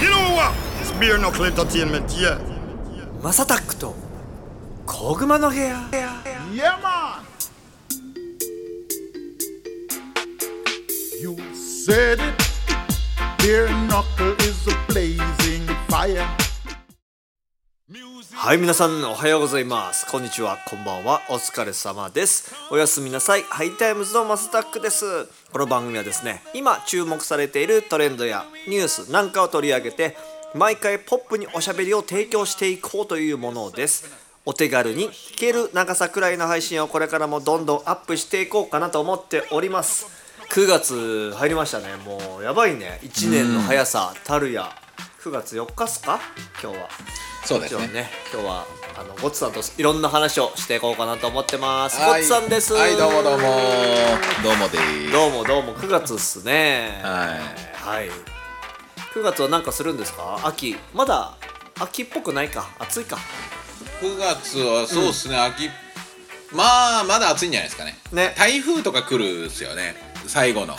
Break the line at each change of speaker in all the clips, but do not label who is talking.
You know what? It's beer knuckle entertainment, yeah.
マサタックと小熊の部屋
Yeah, man. You said it. Beer knuckle is a blazing fire.
はい皆さんおはようございますこんにちはこんばんはお疲れ様ですおやすみなさいハイタイムズのマサタックですこの番組はですね今注目されているトレンドやニュースなんかを取り上げて毎回ポップにおしゃべりを提供していこうというものですお手軽に聞ける長さくらいの配信をこれからもどんどんアップしていこうかなと思っております9月入りましたねもうやばいね1年の速さたるや9月4日っすか今日は
そうですね
一応今日はあのゴッツさんといろんな話をしていこうかなと思ってますゴ
は
ッ
い
ツさんです
はい、どうもどうも。どうもで
どうもどうも9月っすね
は
は
い
い9月は何かするんですか秋まだ秋っぽくないか暑いか
す。9月はそうですね、秋。まあ、まだ暑いんじゃないですかね。
ね
台風とか来るっすよね。最後の。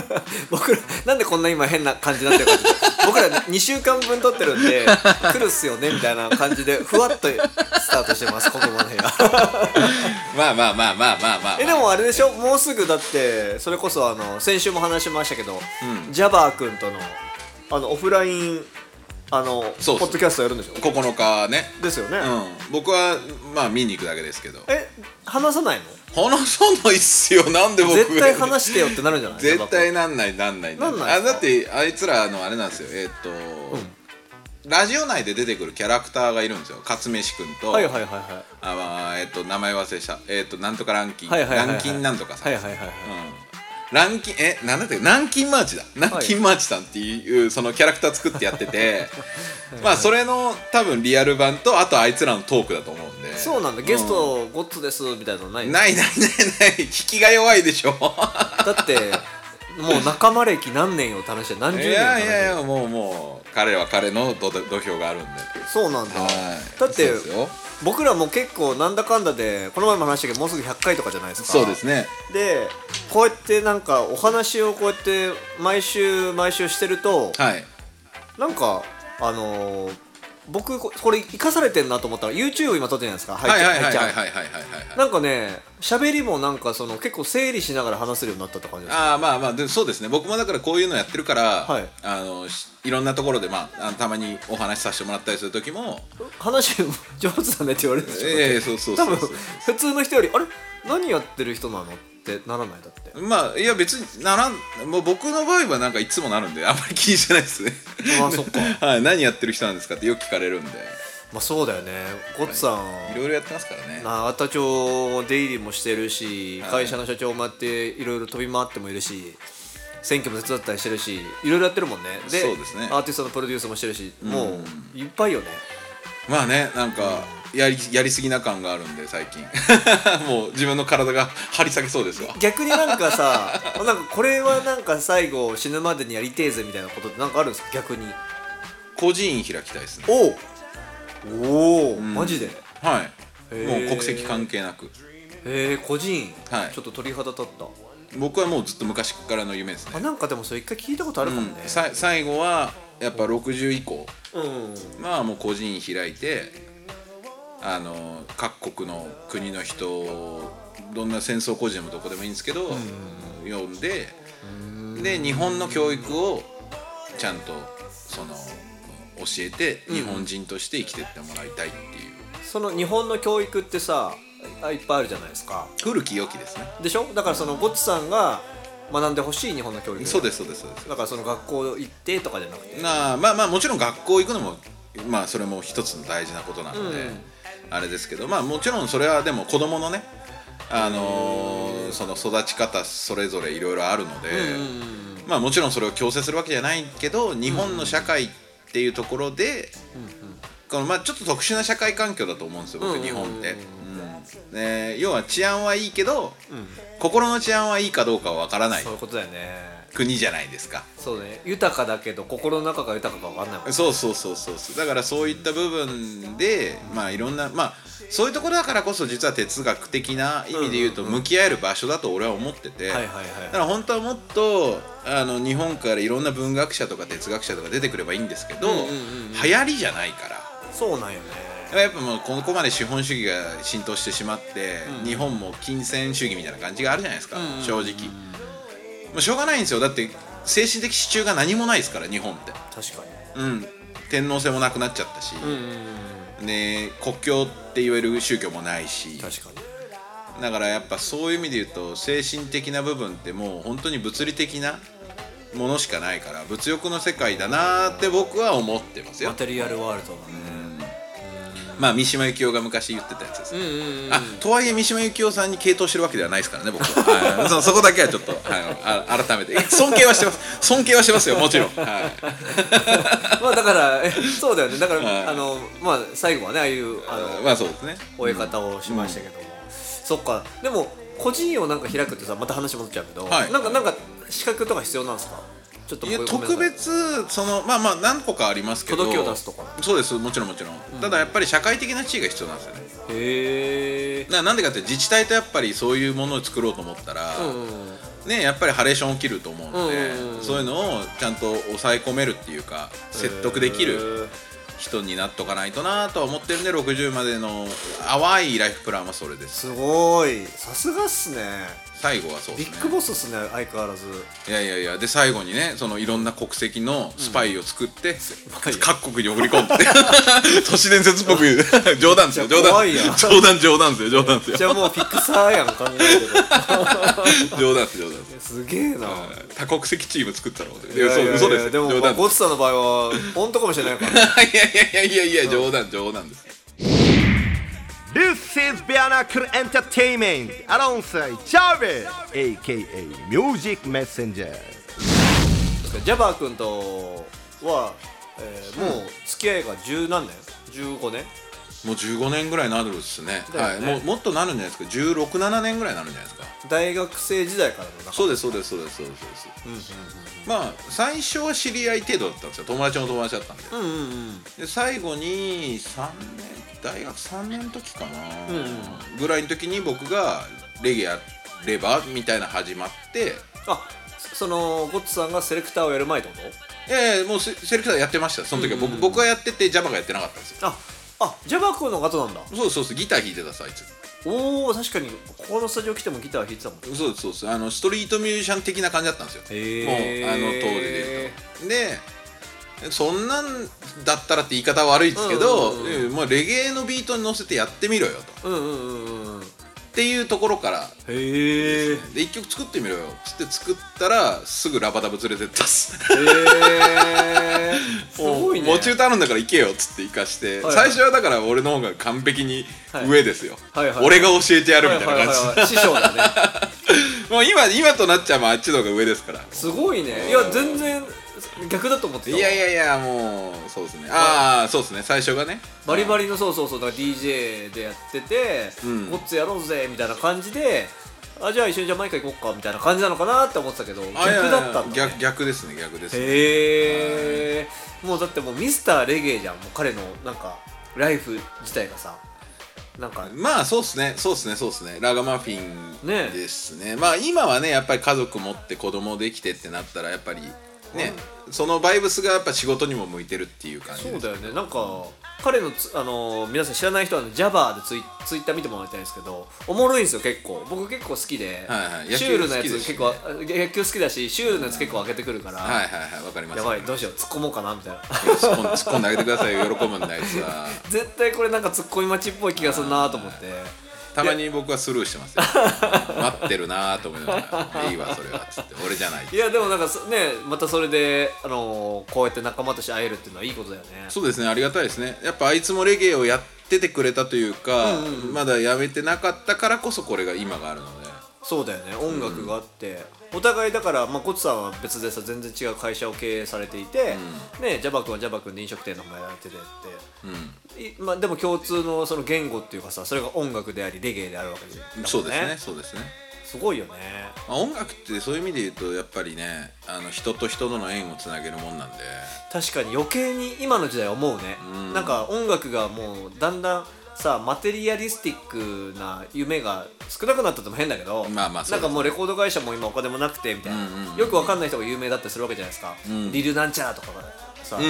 僕らなんでこんな今変な感じになってるか僕ら2週間分撮ってるんで来るっすよねみたいな感じでふわっとスタートしてますここまでは
まあまあまあまあまあまあ。
えでもあれでしょもうすぐだってそれこそあの先週も話しましたけど、
う
ジャバー君とのあのオフラインあの
そうそう
ポッドキャストやるんでしょ
9日ね。
ですよね、
うん。僕は、まあ見に行くだけですけど。
え話さないの
話さないっすよ。なんで僕
絶対話してよってなるんじゃない
絶対
ジャバー
なんないなんない
なんない
あ
っすか
だってあいつらあのあれなんですよえーっと、ラジオ内で出てくるキャラクターがいるんですよ勝飯君
君
と、
はいはいはいはい
あまあえっと名前忘れしたえっとなんとかランキン、
はいはいはいはい
ランキンなんとかさん、
はいはいはいはい
うん、ランキンえなんだったっけ南京マーチだ南京マーチさんっていう、そのキャラクター作ってやって てまあそれの多分リアル版とあとあいつらのトークだと思うんで
そうなんだゲストゴッツですみたいなのないの
ないないないない引きが弱いでし ょ
だってもう仲間歴何年よ楽しい何
い
十年よ
や
楽し
い
い
やいやもうもう彼は彼の土土俵があるんで
そうなんだ
はい
だって
そうですよ
僕らも結構なんだかんだでこの前も話したけどもうすぐ100回とかじゃないですか
そうですね
でこうやってなんかお話をこうやって毎週毎週してると
はい
なんかあのー僕ここれ生かされてんなと思ったら YouTube 今撮ってるじゃないですかは
はいはいはい
ちゃ
は
ん
いはいはいはいはい
なんかね喋りもなんかその結構整理しながら話せるようになったって感じです
ああまあまあでそうですね僕もだからこういうのやってるから、
はい
あのしいろんなところで、まあ、あのたまにお話しさせてもらったりする時も
話上手だねって言われるでしょ、
ええそうそう
多
そ
分
うそう
普通の人よりあれ何やってる人なのってならないだって
まあいや別にならんもう僕の場合はなんかいつもなるんであんまり気にしてないですね
ああそっか
はい何やってる人なんですかってよく聞かれるんで
まあそうだよねゴッツさん、
いろいろやってますからね
永田町出入りもしてるし
はい
会社の社長もやっていろいろ飛び回ってもいるし選挙も手伝ったりしてるしいろいろやってるもんねで
そうですね
アーティストのプロデュースもしてるしもういっぱいよね
まあねなんかやりやりすぎな感があるんで最近 もう自分の体が張り裂けそうですわ
逆になんかさ なんかこれはなんか最後死ぬまでにやりてえぜみたいなことってなんかあるんですか逆に
個人院開きたいですね
おおお、
ん
マジで
はい
へー
もう国籍関係なく
えー、個人、
はい
ちょっと鳥肌立った
僕はもうずっと昔からの夢です
あ
ね、
なんかでもそれ一回聞いたことあるかもね
うん、さ最後はやっぱ60以降
うん
まあもう個人院開いてあの各国の国の人をどんな戦争孤児でもどこでもいいんですけど、読んでで日本の教育をちゃんとその教えて日本人として生きてってもらいたいっていう、
その日本の教育ってさあいっぱいあるじゃないですか
古き良きですね
でしょだからそのゴッツさんが学んでほしい日本の教育
そうですそうですそうです
だからその学校行ってとかじゃなくて
なあまあまあもちろん学校行くのもまあそれも一つの大事なことなので、
うん
あれですけどまあもちろんそれはでも子供のねあのーその育ち方それぞれいろいろあるので、
うん
まあもちろんそれを強制するわけじゃないけど日本の社会っていうところで、このまあちょっと特殊な社会環境だと思うんですよ僕、
うん
日本って、うんね要は治安はいいけど、心の治安はいいかどうかはわからない
そういうことだよね
国じゃないですか。
そうね豊かだけど心の中が豊かか分かんないもんね
そうそうそうそうそうだからそういった部分でまあいろんなまあそういうところだからこそ実は哲学的な意味で言うと向き合える場所だと俺は思ってて、
はいはいはい
だから本当はもっとあの日本からいろんな文学者とか哲学者とか出てくればいいんですけど、
んうんうん
流行りじゃないから。
そうなんよね
やっぱもうここまで資本主義が浸透してしまって、日本も金銭主義みたいな感じがあるじゃないですか、正直、まあ、しょうがないんですよだって精神的支柱が何もないですから日本って、
確かに
うん、天皇制もなくなっちゃったし、ね、国教って言える宗教もないし
確かに
だからやっぱそういう意味で言うと精神的な部分ってもう本当に物理的なものしかないから物欲の世界だなーって僕は思ってますよ
マテリアルワールドだね
まあ三島由紀夫が昔言ってたやつですね、
うんうんうん
あとはいえ三島由紀夫さんに傾倒してるわけではないですからね僕は、はい、そそこだけはちょっと、はい、あ改めて尊敬はしてます尊敬はしてますよもちろん、はい、
まあだからえそうだよねだから、
はい
あのまあ最後はねああいうあの
まあそうですね
終え方をしましたけども、そっかでも個人をなんか開くってさまた話戻っちゃうけど、
はい
なんかなんか資格とか必要なんですかちょっと
いや
ごめんなさ
特別そのまあまあ何個かありますけど
届けを出すとか
そうですもちろんもちろん、ただやっぱり社会的な地位が必要なんですよね
へえ
ななんでかって自治体とやっぱりそういうものを作ろうと思ったら、
うんうん
ね、やっぱりハレーション起きると思うので、
うんうんうん
そういうのをちゃんと抑え込めるっていうか説得できる人になっとかないとなとは思ってるんで60までの淡いライフプランはそれです
すごいさすがっすね
最後はそうで
ビ
す
ッグ
ね
ボスっすね相変わらず
いやいやいやで最後にねそのいろんな国籍のスパイを作って、
パイ
各国に送り込んで 都市伝説っぽく言う 冗談ですよ
めっ
冗
ちゃ怖
談
いやん
冗談冗談ですよ冗談です
じ
よ
ゃあもうフィクサーやん考えてる
冗談です冗談です
すげえな
多国籍チーム作ったろう
いやいやいや
嘘嘘ですよ
でもま
冗
あ
談です
ゴッツさんの場合は本当かもしれないからね
いやいやいやいやいや冗談冗談です
This is Bianacle Entertainment alongside Jarvis, aka Music Messenger.
ジャバー君とは、えーもう付き合いが十何年15年
もう15年ぐらいになるですね
だよね
はい、もうもっとなるんじゃないですか1617年ぐらいになるんじゃないですか
大学生時代からの仲
そうですそうですそうですそうですそうです、まあ最初は知り合い程度だったんですよ友達の友達だったんで,、
うんうんうん
で最後に3年大学3年の時かな、ぐらいの時に僕がレゲやればみたいな始まって
あそそのゴッツさんがセレクターをやる前ってこと
ええもうセセレクターやってましたその時は僕,、僕はやってて JAMA がやってなかったんですよ
ああジャバー君の方が後なんだ
そうですそうですギター弾いてたさあいつ
おお確かにここのスタジオ来てもギター弾いてたもん
そうですそうですあのストリートミュージシャン的な感じだったんですよ、
へー
もうあの当時で言うとでそんなんだったらって言い方は悪いですけど、
うん
ええもうレゲエのビートに乗せてやってみろよと
うんうんうんうん
っていうところから
へえ
で一曲作ってみろよっつって作ったらすぐラバダブ連れてったっす
へえ すごいね
もう持ち歌あるんだから行けよっつって行かして、
はい
最初はだから俺の方が完璧に上ですよ、
はいはいはい
俺が教えてやるみたいな感じ、
はいはいはい師匠だね
もう今今となっちゃもうあっちの方が上ですから
すごいねいや全然逆だと思って
い
た
や
や
いやいやもうそうですねああそうですね最初がね
バリバリのそうそうそうだから DJ でやってて、
うん
ゴッツやろうぜみたいな感じであじゃあ一緒にジャマイカ行こうかみたいな感じなのかなって思ってたけど逆
あいやいや
だったんだ、ね、
逆逆ですね逆ですね
へえもうだってもうミスターレゲエじゃんもう彼のなんかライフ自体がさなんか
まあそうですねそうですねそうですねラガマフィン
ね
ですねまあ今はねやっぱり家族持って子供できてってなったらやっぱりねそのバイブスがやっぱ仕事にも向いてるっていう感じ
そう
です
だよねなんか彼のつあのー皆さん知らない人は、ね、ジャバーでツイツイッター見てもらいたいんですけどおもろいんですよ結構僕結構好きで、
はいはい野球
シュールなやつ
好きです
結
しね
構、あ野球好きだしシュールなやつ結構上げてくるから、
はいはいはいわかります
やばいどうしよう突っ込もうかなみたいな
突っ込ん突 っ込んであげてくださいよ喜ぶんだあいつは
絶対これなんか突っ込み待ちっぽい気がするなと思って
たまに僕はスルーしてますよ待ってるなーと思いながら「いいわそれは」っつって「俺じゃない」
いやでもなんかそねまたそれで、あのーこうやって仲間として会えるっていうのはいいことだよね
そうですねありがたいですねやっぱあいつもレゲエをやっててくれたというか、まだやめてなかったからこそこれが今があるので
そうだよね音楽があって、お互いだから、まあ、コツさんは別でさ全然違う会社を経営されていて、ねジャバ君はジャバ君で飲食店の方やられててって、いまあ、でも共通のその言語っていうかさそれが音楽でありレゲエであるわけだもん
そうですねそうですね、
すごいよね
まあ、音楽ってそういう意味で言うとやっぱりねあの人と人との縁をつなげるもんなんで
確かに余計に今の時代思うね、なんか音楽がもうだんだんさマテリアリスティックな夢が少なくなったっても変だけど、
まあまあそ
な
う
んかもうレコード会社も今お金もなくてみたいな、よくわかんない人が有名だったりするわけじゃないですか、リルなんちゃらとかがさ、
うん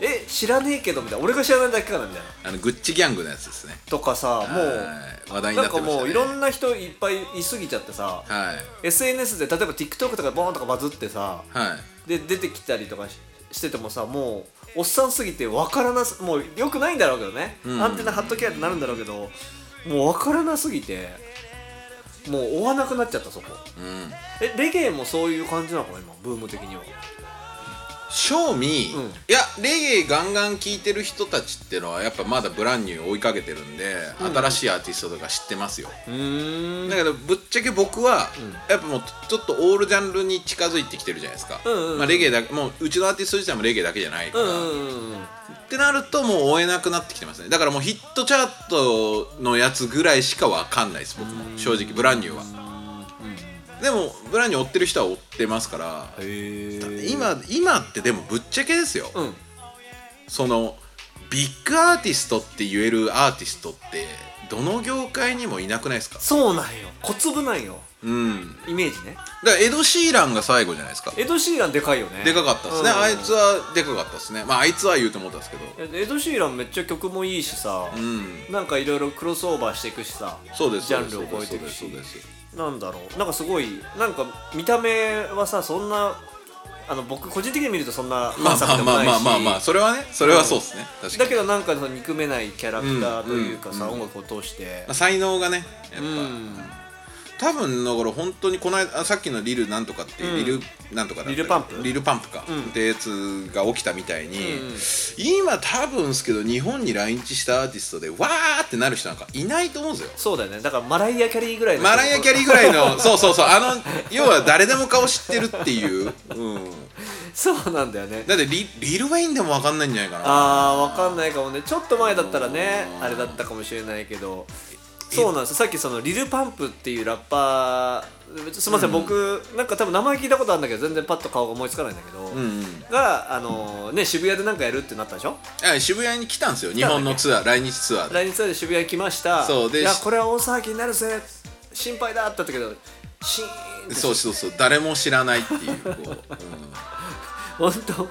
え知らねえけどみたいな俺が知らないだけかなみたいな
あのグッチギャングのやつですね
とかさも
はい話題
う
に
な
なんっ
か
てました
もう
ね
いろんな人いっぱいいすぎちゃってさ、
はい
SNS で例えば TikTok とかボーンとかバズってさ
はい
で出てきたりとかししててもさもうおっさんすぎて分からなすもう良くないんだろうけどね、アンテナ張っときゃってなるんだろうけどもう分からなすぎてもう追わなくなっちゃったそこ
うん
えレゲエもそういう感じなのかな今ブーム的には
正味、
うん
いやレゲエガンガン聴いてる人たちってのはやっぱまだブランニューを追いかけてるんで、新しいアーティストとか知ってますよ、
うーん
だけどぶっちゃけ僕は、やっぱもうちょっとオールジャンルに近づいてきてるじゃないですか、
んうんうん
まあ、レゲエだけもううちのアーティスト自体もレゲエだけじゃないか
う
ら、
んうんうんうん
ってなるともう追えなくなってきてますねだからもうヒットチャートのやつぐらいしかわかんないです僕も正直ブランニューは、でもブランニュー追ってる人は追ってますから
へえ
今今ってでもぶっちゃけですよ、
うん
そのビッグアーティストって言えるアーティストってどの業界にもいなくないですか
そうなんよ小粒なんよ
うん
イメージね
だからエド・シーランが最後じゃないですか
エド・シーランでかいよね
でかかったですね、
うん
あいつはでかかったですねまああいつは言うと思ったんですけど
エド・シーランめっちゃ曲もいいしさ、
うん
なんかいろいろクロスオーバーしていくしさ
そうです
ジャンルを超えてい
そう
く
です
し
そうですそ
な
う
んだろうなんかすごいなんか見た目はさそんなあの僕個人的に見るとそんなハ
まあ
ンサムでも
まあまあ
ないし
まあまあまあそれはねそれはそうですね、確か
だ
に
けどなんかその憎めないキャラクターというかさ、
うんうん
音楽を通して
まあ、才能がねやっぱ、
うん
多分だから本当にこの間あさっきのリルなんとかって、
うん
リルなんとかだった
リルパンプ
リルパンプか、
ん
ってやつが起きたみたいに、
うん
今多分ですけど日本に来日したアーティストでわーってなる人なんかいないと思うんですよ
そうだよねだからマライア・キャリーぐらいの
マライア・キャリーぐらいのそうそうそうあの要は誰でも顔知ってるっていう、うん、
そうなんだよね
だってリリル・ウェインでも分かんないんじゃないかな
あーわかんないかもねちょっと前だったらねあれだったかもしれないけどそうなんですよさっきそのリルパンプっていうラッパーすみません、僕なんか多分名前聞いたことあるんだけど全然パッと顔が思いつかないんだけど、
うんうん
があのーね渋谷でなんかやるってなったでしょ
あ渋谷に来たんですよ日本のツアー来日ツアー
来
で
日で渋谷来ました
そう
い
で
やこれは大騒ぎになるぜ心配だって言ったけどシーンって
そうそうそう誰も知らないっていうこう、うん
本当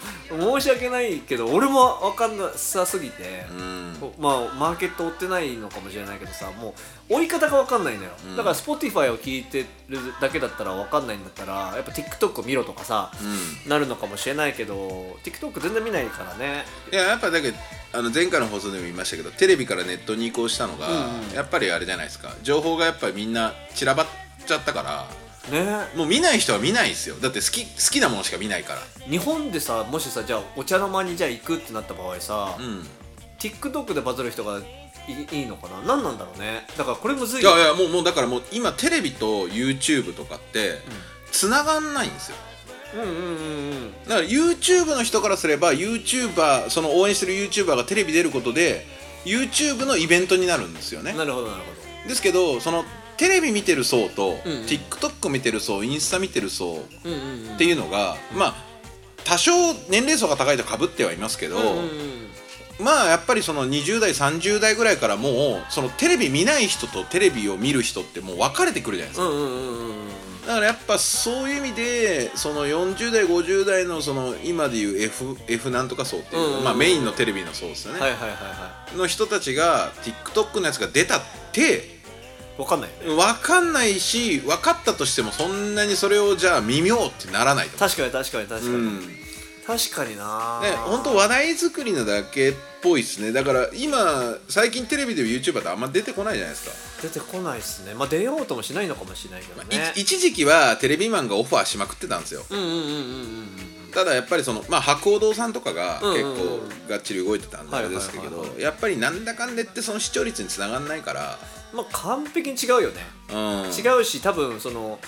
申し訳ないけど俺も分かんなさすぎて、まあマーケット追ってないのかもしれないけどさもう追い方が分かんないのよ、だから Spotify を聞いてるだけだったら分かんないんだったらやっぱ TikTok を見ろとかさ、なるのかもしれないけど TikTok 全然見ないからね
いややっぱだけどあの前回の放送でも言いましたけどテレビからネットに移行したのが、やっぱりあれじゃないですか情報がやっぱりみんな散らばっちゃったから
ね
もう見ない人は見ないですよだって好き好きなものしか見ないから
日本でさもしさじゃあお茶の間にじゃあ行くってなった場合さ、
うん
TikTok でバズる人がいいいのかな何なんだろうねだからこれむずい
いやいやもうもうだからもう今テレビと YouTube とかって繋がんないんですよ
うんうんうんうん
だから YouTube の人からすれば YouTuber その応援してる YouTuber がテレビ出ることで YouTube のイベントになるんですよね
なるほどなるほ
ですけどそのテレビ見てる層と、
うんうん
TikTok 見てる層インスタ見てる層
どうんうんうん
っていうのが、まあ多少年齢層が高いとかぶってはいますけど、
うんうんうん
まあやっぱりその20代30代ぐらいからもうそのテレビ見ない人とテレビを見る人ってもう分かれてくるじゃないです
う
か、
んうんうんうんうん
だからやっぱそういう意味でその40代50代のその今でいう F, F なんとか層ってい
う
う、
んうんうん
まあ、メインのテレビの層ですよね、
はいはいはいは
の人たちが TikTok のやつが出たって
いわかんないよね
分かんないし分かったとしてもそんなにそれをじゃあ耳をってならないと思
確かに確かに確かに、
う。うん
確かにな
ね、本当話題作りのだけっぽいですねだから今最近テレビでも YouTuber ってあんま出てこないじゃないですか、
出てこないっすねまあ出ようともしないのかもしれないけどね、
い一時期はテレビマンがオファーしまくってたんですよ
うんうんうんうんうん
ただやっぱりその、まあ、博報堂さんとかが
うん
結
うんうん
構がっちり動いてたんで
は
あ
い
れ
はい
で
はいはい
すけどやっぱりなんだかんでってその視聴率につながんないから、
まあ完璧に違うよね
うん、
違うし多分その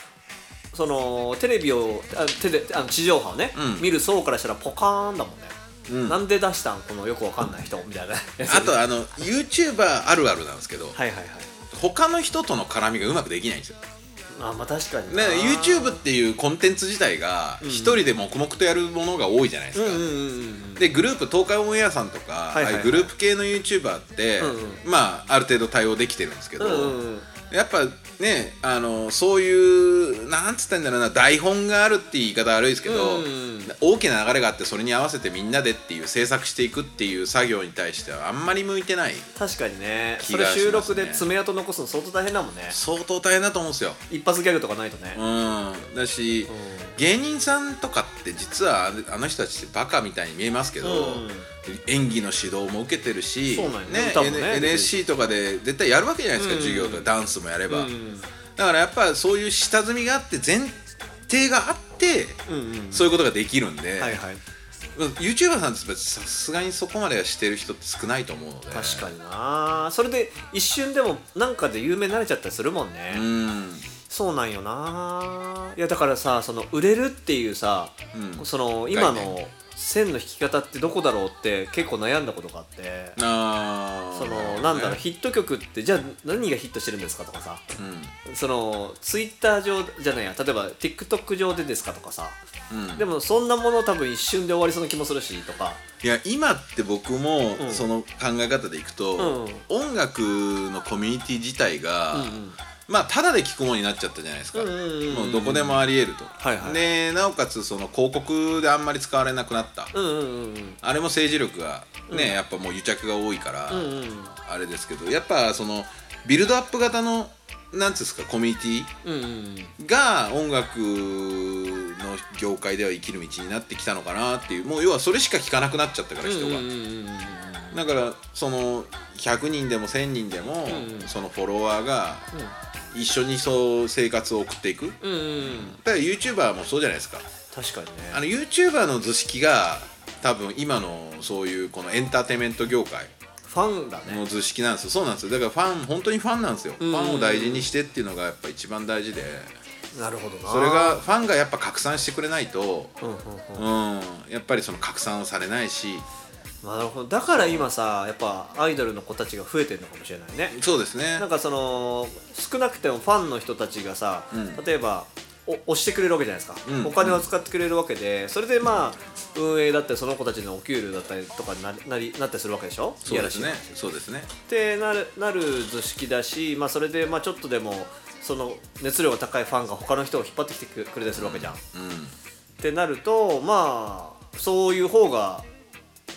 そのテレビをあテレあの地上波をね、
うん
見る層からしたらポカーンだもんね、
うん
なんで出したんこのよくわかんない人みたいな
あとあの YouTuber あるあるなんですけど
はいはいはい
他の人との絡みがうまくできないんですよ
あまあ確かに
ね
な、
YouTube っていうコンテンツ自体が一人で黙々とやるものが多いじゃないですか、
うんうんうん
でグループ東海オンエアさんとか、
はいはいはい
ああいうグループ系の YouTuber って、まあある程度対応できてるんですけど、
うんうんうん
やっぱねあのそういうなんつったんだろうな台本があるって言い方悪いですけど、大きな流れがあってそれに合わせてみんなでっていう制作していくっていう作業に対してはあんまり向いてない
確かにね
気
それ
がしますね
収録で爪痕残すの相当大変だもんね
相当大変だと思うんですよ。
一発ギャグとかないとね、
うん、だし、芸人さんとかって実はあの人たちってバカみたいに見えますけど、
うん
演技の指導も受けてるし
そうなんよね歌もね
N- NSC とかで絶対やるわけじゃないですか、授業とかダンスもやれば、だからやっぱそういう下積みがあって前提があって、そういうことができるんで、
はいはい
うん YouTuber さんってさすがにそこまではしてる人って少ないと思うので
確かになそれで一瞬でもなんかで有名になれちゃったりするもんね、
うん
そうなんよないやだからさその売れるっていうさ、
うん
その今
概
の線の引き方ってどこだろうって結構悩んだことがあって
あー
そのなんだろう
ね
ヒット曲ってじゃあ何がヒットしてるんですかとかさ
う
そのツイッター上じゃないや例えば TikTok 上でですかとかさ
んうん
でもそんなもの多分一瞬で終わりそうな気もするしとか
いや今って僕も
ん
その考え方でいくと、音楽のコミュニティ自体が、まあただで聞くものになっちゃったじゃないですか、
うんうんうんうん
もうどこでもありえると、
はいはい
でなおかつその広告であんまり使われなくなった、
うんうんうんうん
あれも政治力がね、やっぱもう癒着が多いから、
うんうん
あれですけどやっぱそのビルドアップ型のなんつうんですかコミュニティ
うんうん
が音楽の業界では生きる道になってきたのかなっていうもう要はそれしか聞かなくなっちゃったから人が、
うんうんうん
だからその100人でも1000人でも、そのフォロワーが一緒にそう生活を送っていく、
うんうん
だから YouTuber もそうじゃないですか
確かに
あ
ね
の YouTuber の図式が多分今のそういうこのエンターテインメント業界
ファンだね
の図式なんですよそうなんですよだからファン本当にファンなんですよ、
ん
ファンを大事にしてっていうのがやっぱ一番大事で
なるほどな
それがファンがやっぱ拡散してくれないと、
うんうんうん
うん、やっぱりその拡散をされないし
まあなるほどだから今さやっぱアイドルの子たちが増えてるのかもしれないね
そうですね
なんかその少なくてもファンの人たちがさ、
うん
例えばお押してくれるわけじゃないですか、
うん
お金を使ってくれるわけでそれでまあ運営だったりその子たちのお給料だったりとかになりなりなったりするわけでしょ
そうです
い
ね
やらしい話
そうですね
ってなるなる図式だし、まあ、それでまあちょっとでもその熱量が高いファンが他の人を引っ張ってきてくくれたりするわけじゃん、
うん
ってなるとまあそういう方が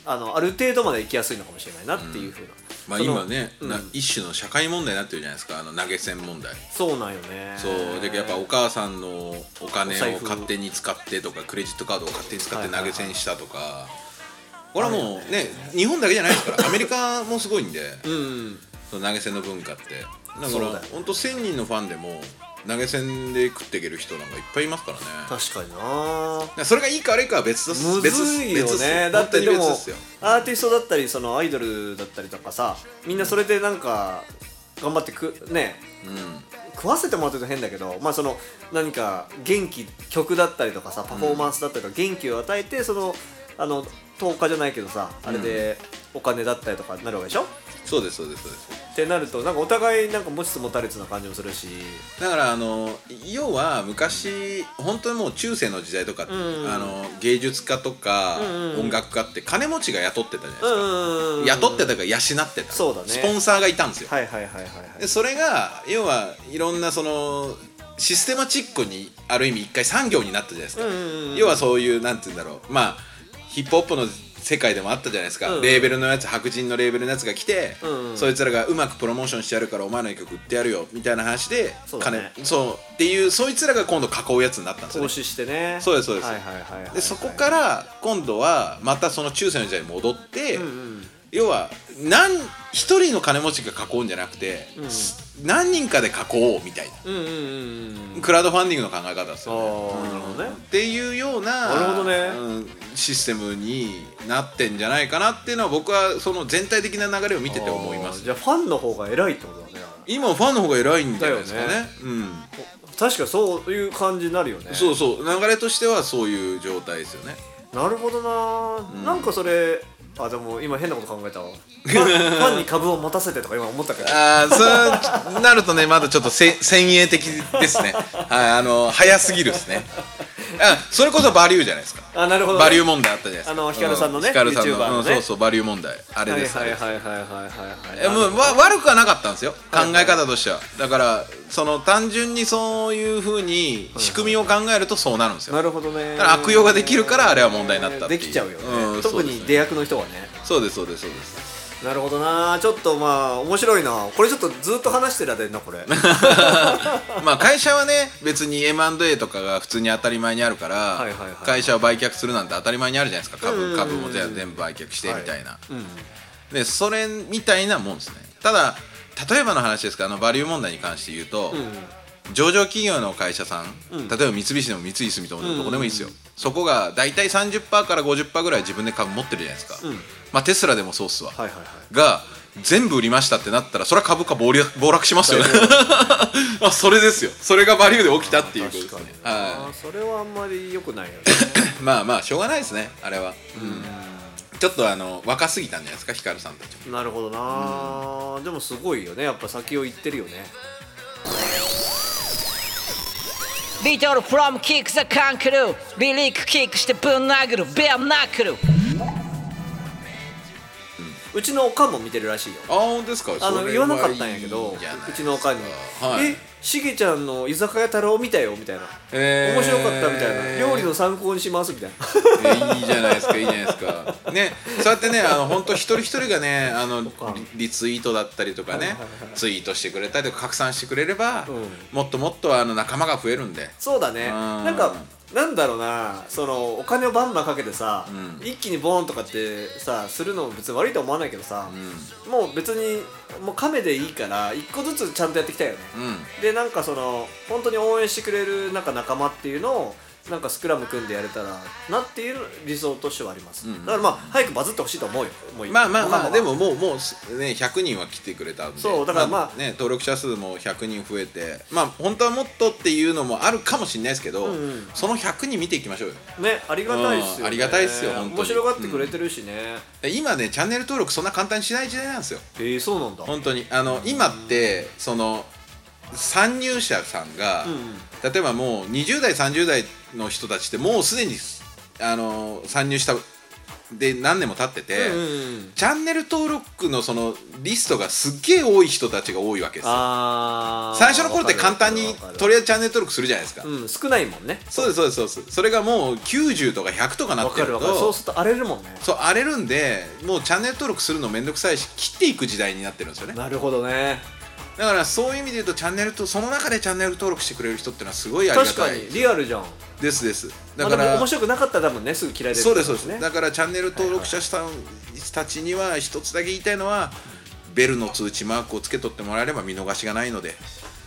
あのある程度まで行きやすいのかもしれないなっていうふうな、
まあ
その
今ね、
うん
な一種の社会問題になってるじゃないですかあの投げ銭問題
そうなんよね
そうでやっぱお母さんのお金
お財
を
布
勝手に使ってとかクレジットカードを勝手に使っ
は
て
いは
投
いは
げ
い
銭したとかこれはもうね日本だけじゃないですからアメリカもすごいんで
うん
その投げ銭の文化ってだか
そうだよ
らほんと1,000人のファンでも投げ銭で食っていける人なんかいっぱいいますからね
確かにな
だからそれがいいか悪いかは別です
む
別
ずい
で
よ
す別
ね
す
だってでも
本当に別ですよ
アーティストだったりそのアイドルだったりとかさみんなそれでなんか頑張ってくね食わせてもらってると変だけど、まあ、その何か元気曲だったりとかさパフォーマンスだったりとか元気を与えてそのあの10日じゃないけどさあれでお金だったりとかになるわけでしょ、
そうですそうですそうです
ってなるとなんかお互いなんか持ちつ持たれつな感じもするし
だからあの要は昔本当にもう中世の時代とか、
ん
あの芸術家とか
んうん
音楽家って金持ちが雇ってたじゃないです
うん
か、雇って
た
たから養ってた
そうだね
スポンサーがいたんですよ、
はいはいはいはいはい
でそれが要はいろんなそのシステマチックにある意味一回産業になったじゃないですか、
うんうんうん
要はそういうなんて言うんだろうまあヒップホップの世界でもあったじゃないですか、
うんうん
レーベルのやつ白人のレーベルのやつが来て、
うんうん
そいつらがうまくプロモーションしてやるからお前の曲売ってやるよみたいな話で
そうだね
そうっていうそいつらが今度囲うやつになったんですよ、
投
ね、
資してね
そうですそうです
はいはいはいはいはい
でそこから今度はまたその中世の時代に戻って、
うんうん
要は何一人の金持ちが囲うんじゃなくて、何人かで囲おうみたいな
うんうんうんうん
クラウドファンディングの考え方です
あ
よね、
あなるほどね
っていうような
なるほどね
うんシステムになってんじゃないかなっていうのは僕はその全体的な流れを見てて思いま
あー
す
じゃあファンの方が偉いってことだね
今ファンの方が偉いんじゃないですかね
だよね確かにそういう感じになるよね
うん、そうそう流れとしてはそういう状態ですよね
なるほどな、なんかそれあでも今変なこと考えた わファンファンに株を持たせてとか今思ったけど
ああそうなるとねまだちょっとせ先鋭的です ねはいあの早すぎるですねあそれこそバリューじゃないですか
あなるほどね
バリュー問題あったじゃないですか
あのヒカルさんのね
ヒカルさん
YouTuber
の、
の
うん
ね
そうそうバリュー問題あれ
はい
です、
はい
あれです
はいはいはいはい
え
はい
もうわ悪くはなかったんですよ考
はい
え方としてはだからその単純にそういうふうに仕組みを考えるとそうなるんですよ
なるほどね
だから悪用ができるからあれは問題になったってい
できちゃうよね、
ん
特
そうです
に
ね
出役の人はね
そうですそうですそうです
なるほどなちょっとまあ面白いなこれちょっとずっと話してられるな これ
まあ会社はね別に M&A とかが普通に当たり前にあるから、
いはいはい
会社を売却するなんて当たり前にあるじゃないですか株株も全部売却してみたいな、でそれみたいなもんですねただ例えばの話ですからあのバリュー問題に関して言うと、上場企業の会社さん、例えば三菱でも三井住友でもどこでもいいですよ、そこが大体30%から50%ぐらい自分で株持ってるじゃないですか、まあテスラでもそうっすわ、
はいはいはい
が全部売りましたってなったらそれは株価 暴落暴落しますよね あそれですよそれがバリューで起きたっていうことですねは
あそれはあんまり良くないよね
い まあまあしょうがないですねあれは、うんちょっとあの若すぎたんじゃないですかヒカルさんたちも
なるほどな、でもすごいよねやっぱ先を行ってるよね
ビートルフロムキックザカンクルビリークキックしてぶん殴るベアムナックル
うちのおかんも見てるらしいよ
あ本当ですか
あ
そ
の
れ
言わなかったんやけど
はいいじゃないう
ちのおかんに「
はい
えしげちゃんの居酒屋太郎見たよ」みたいな「
えー
面白かった」みたいな「料理の参考にします」みたいな
えいいじゃないですかいいじゃないですかねそうやってねあの本当一人一人がねあのリリツイートだったりとかねツイートしてくれたりとか拡散してくれれば、
う
もっともっとあの仲間が増えるんで
そうだね
ん
なんかなんだろうなそのお金をバンバンかけてさ、
ん
一気にボーンとかってさするのも別に悪いとは思わないけどさ、もう別にもう亀でいいから一個ずつちゃんとやっていきたいよね、
うん
でなんかその本当に応援してくれるなんか仲間っていうのをなんかスクラム組んでやれたらなっていう理想としてはあります、だからまあ早くバズってほしいと思うよもう
まあまあ
他
ま
は
あでももうもうすね100人は来てくれたんで
そうだからまあ
ね登録者数も100人増えてまあ本当はもっとっていうのもあるかもしれないですけど、
んうん
その100人見ていきましょうよ
ねありがたいっすよ、ね
うんありがたいっすよ本当に
面白がってくれてるしね、
で今ねチャンネル登録そんな簡単にしない時代なんですよ
えー、そうなんだ
本当にあの今ってその参入者さんが、例えばもう20代30代の人たちってもうすでにあの参入したで何年も経ってて、
うんうんうん
チャンネル登録のそのリストがすっげえ多い人たちが多いわけですよ
あー
最初の頃って簡
わ
単に
かるわかる
とりあえずチャンネル登録するじゃないですか、
うん少ないもんね
そうですそうですそうですそれがもう90とか100とかな
わ
って
か
る
る
と
わかるそうすると荒れるもんね
そう荒れるんでもうチャンネル登録するのめんどくさいし切っていく時代になってるんですよね
なるほどね
だからそういう意味で言うとチャンネルとその中でチャンネル登録してくれる人ってのはすごいありが
確か
たい
にリアルじゃん
ですです
だ
だ
か
からら
面白くなかったら多分ねすぐ嫌いで
そうですそうです、だからチャンネル登録者さんたちには一つだけ言いたいのはベルの通知マークをつけとってもらえれば見逃しがないので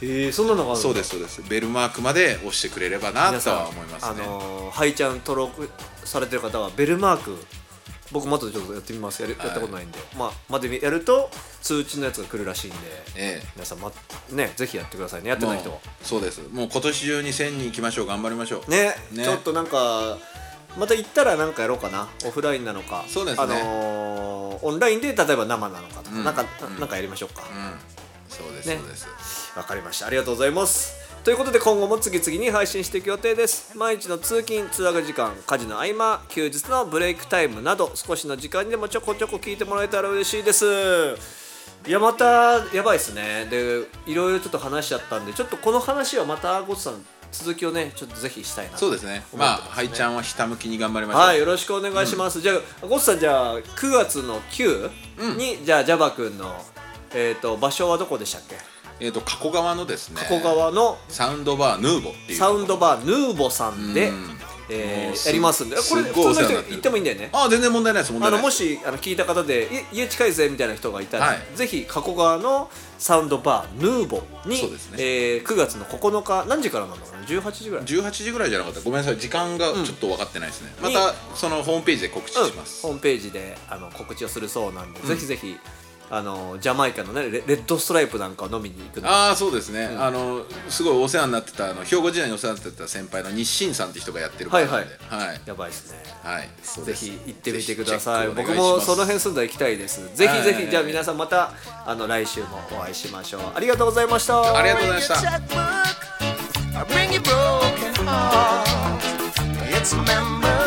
えー、そんなのがあるんだ
そうですそうですベルマークまで押してくれればな
皆
と
さん
は思いますね
あのーハイちゃん登録されてる方はベルマーク僕も後でちょっとやってみますやるやったことないんで、まあ、までやると通知のやつが来るらしいんで、
ええ
皆さん、まね、ぜひやってくださいねやってない人は
もうそうですもう今年中に1000人いきましょう頑張りましょう
ね
ね
ちょっとなんかまた行ったらなんかやろうかなオフラインなのか
そうですね
あのーオンラインで例えば生なのかとか、
ん
なんか、なんかやりましょうか
うんそうです、
ね
そうです
わかりましたありがとうございますということで今後も次々に配信していく予定です毎日の通勤通学時間家事の合間休日のブレイクタイムなど少しの時間にでもちょこちょこ聞いてもらえたら嬉しいですいやまたやばいですねでいろいろちょっと話しちゃったんでちょっとこの話はまたゴッツさん続きをねちょっとぜひしたいなと
そうですねまあハイちゃんはひたむきに頑張りましょう、
はい、よろしくお願いします。じゃあ、ゴッツさん、じゃあ、9月の9に、じゃあ、ジャバ君の、えっ、と、場所はどこでしたっけ
えっ、と加古川のですね
加古川の
サウンドバーヌーボっていう
サウンドバー、ヌーボさんで、
うん
え
もう
ー
す
やりますんで、これ、
す
普
っごいお
通
世
の人
話になってる
行ってもいいんだよね。
あ全然問題ないです問
あ
題
の
ない
も
です
しあの聞いた方でい家近いぜみたいな人がいたら、
はい
ぜひ加古川のサウンドバーヌーボに、
そうですね
えー9月の9日何時からなんだろうね18時ぐらい
18時ぐらいじゃなかったごめんなさい時間がちょっと分かってないですね、ま
に
たそのホームページで告知
うん
します、
ホームページであの告知をするそうなんで、ぜひぜひあのジャマイカのねレレッドストライプなんかを飲みに行くの
ああそうですね、あのすごいお世話になってたあの兵庫時代にお世話になってた先輩の日清さんって人がやってるからなんではいはい、
やばいですね
はい、
ぜひ行ってみてください
ぜひチ
僕
ェックお
も
願します
その辺住んだら行きたいですぜひぜ
はい
ひじゃあ皆さんまたあの来週もお会いしましょうありがとうございました
ありがとうございました
checkbook. I bring you broken heart. It's member